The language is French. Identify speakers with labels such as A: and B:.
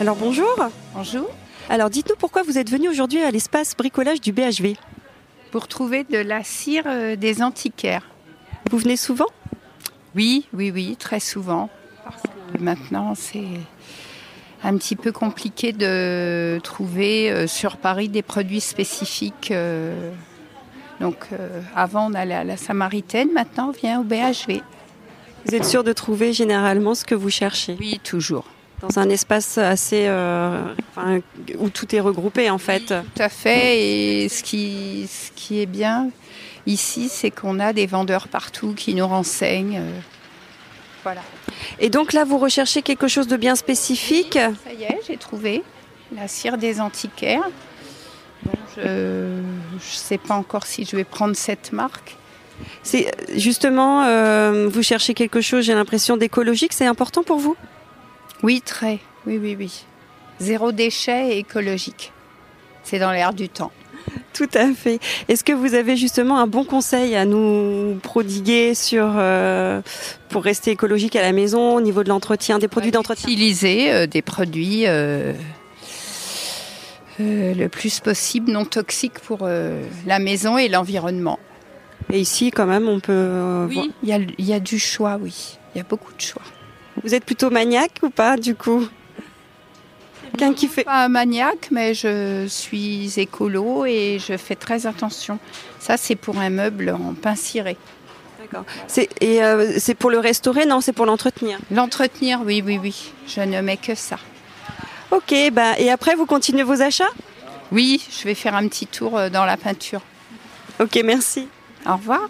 A: Alors bonjour.
B: Bonjour.
A: Alors dites-nous pourquoi vous êtes venu aujourd'hui à l'espace bricolage du BHV.
B: Pour trouver de la cire euh, des antiquaires.
A: Vous venez souvent
B: Oui, oui, oui, très souvent. Parce que maintenant, c'est un petit peu compliqué de trouver euh, sur Paris des produits spécifiques. euh, donc euh, avant, on allait à la Samaritaine, maintenant, on vient au BHV.
A: Vous êtes sûr de trouver généralement ce que vous cherchez
B: Oui, toujours.
A: dans un espace assez euh, enfin, où tout est regroupé en fait.
B: Tout à fait. Et ce qui, ce qui est bien ici, c'est qu'on a des vendeurs partout qui nous renseignent. euh, Voilà.
A: Et donc là, vous recherchez quelque chose de bien spécifique.
B: Ça y est, j'ai trouvé la cire des antiquaires. Bon, je ne sais pas encore si je vais prendre cette marque.
A: C'est euh, justement, euh, vous cherchez quelque chose. J'ai l'impression d'écologique. C'est important pour vous.
B: Oui, très. Oui, oui, oui. Zéro déchet et écologique. C'est dans l'air du temps.
A: Tout à fait. Est-ce que vous avez justement un bon conseil à nous prodiguer sur euh, pour rester écologique à la maison au niveau de l'entretien des produits d'entretien
B: Utiliser euh, des produits euh, euh, le plus possible non toxiques pour euh, la maison et l'environnement.
A: Et ici, quand même, on peut. euh, voir.
B: Il y, a, il y a du choix, oui. Il y a beaucoup de choix.
A: Vous êtes plutôt maniaque ou pas du coup Quelqu'un qui fait.
B: Pas maniaque, mais je suis écolo et je fais très attention. Ça, c'est pour un meuble en pin ciré.
A: C'est et euh, c'est pour le restaurer Non, c'est pour l'entretenir.
B: L'entretenir, oui, oui, oui. Je ne mets que ça.
A: Ok, bah, et après, vous continuez vos achats
B: Oui, je vais faire un petit tour euh, dans la peinture.
A: Ok, merci.
B: Au revoir.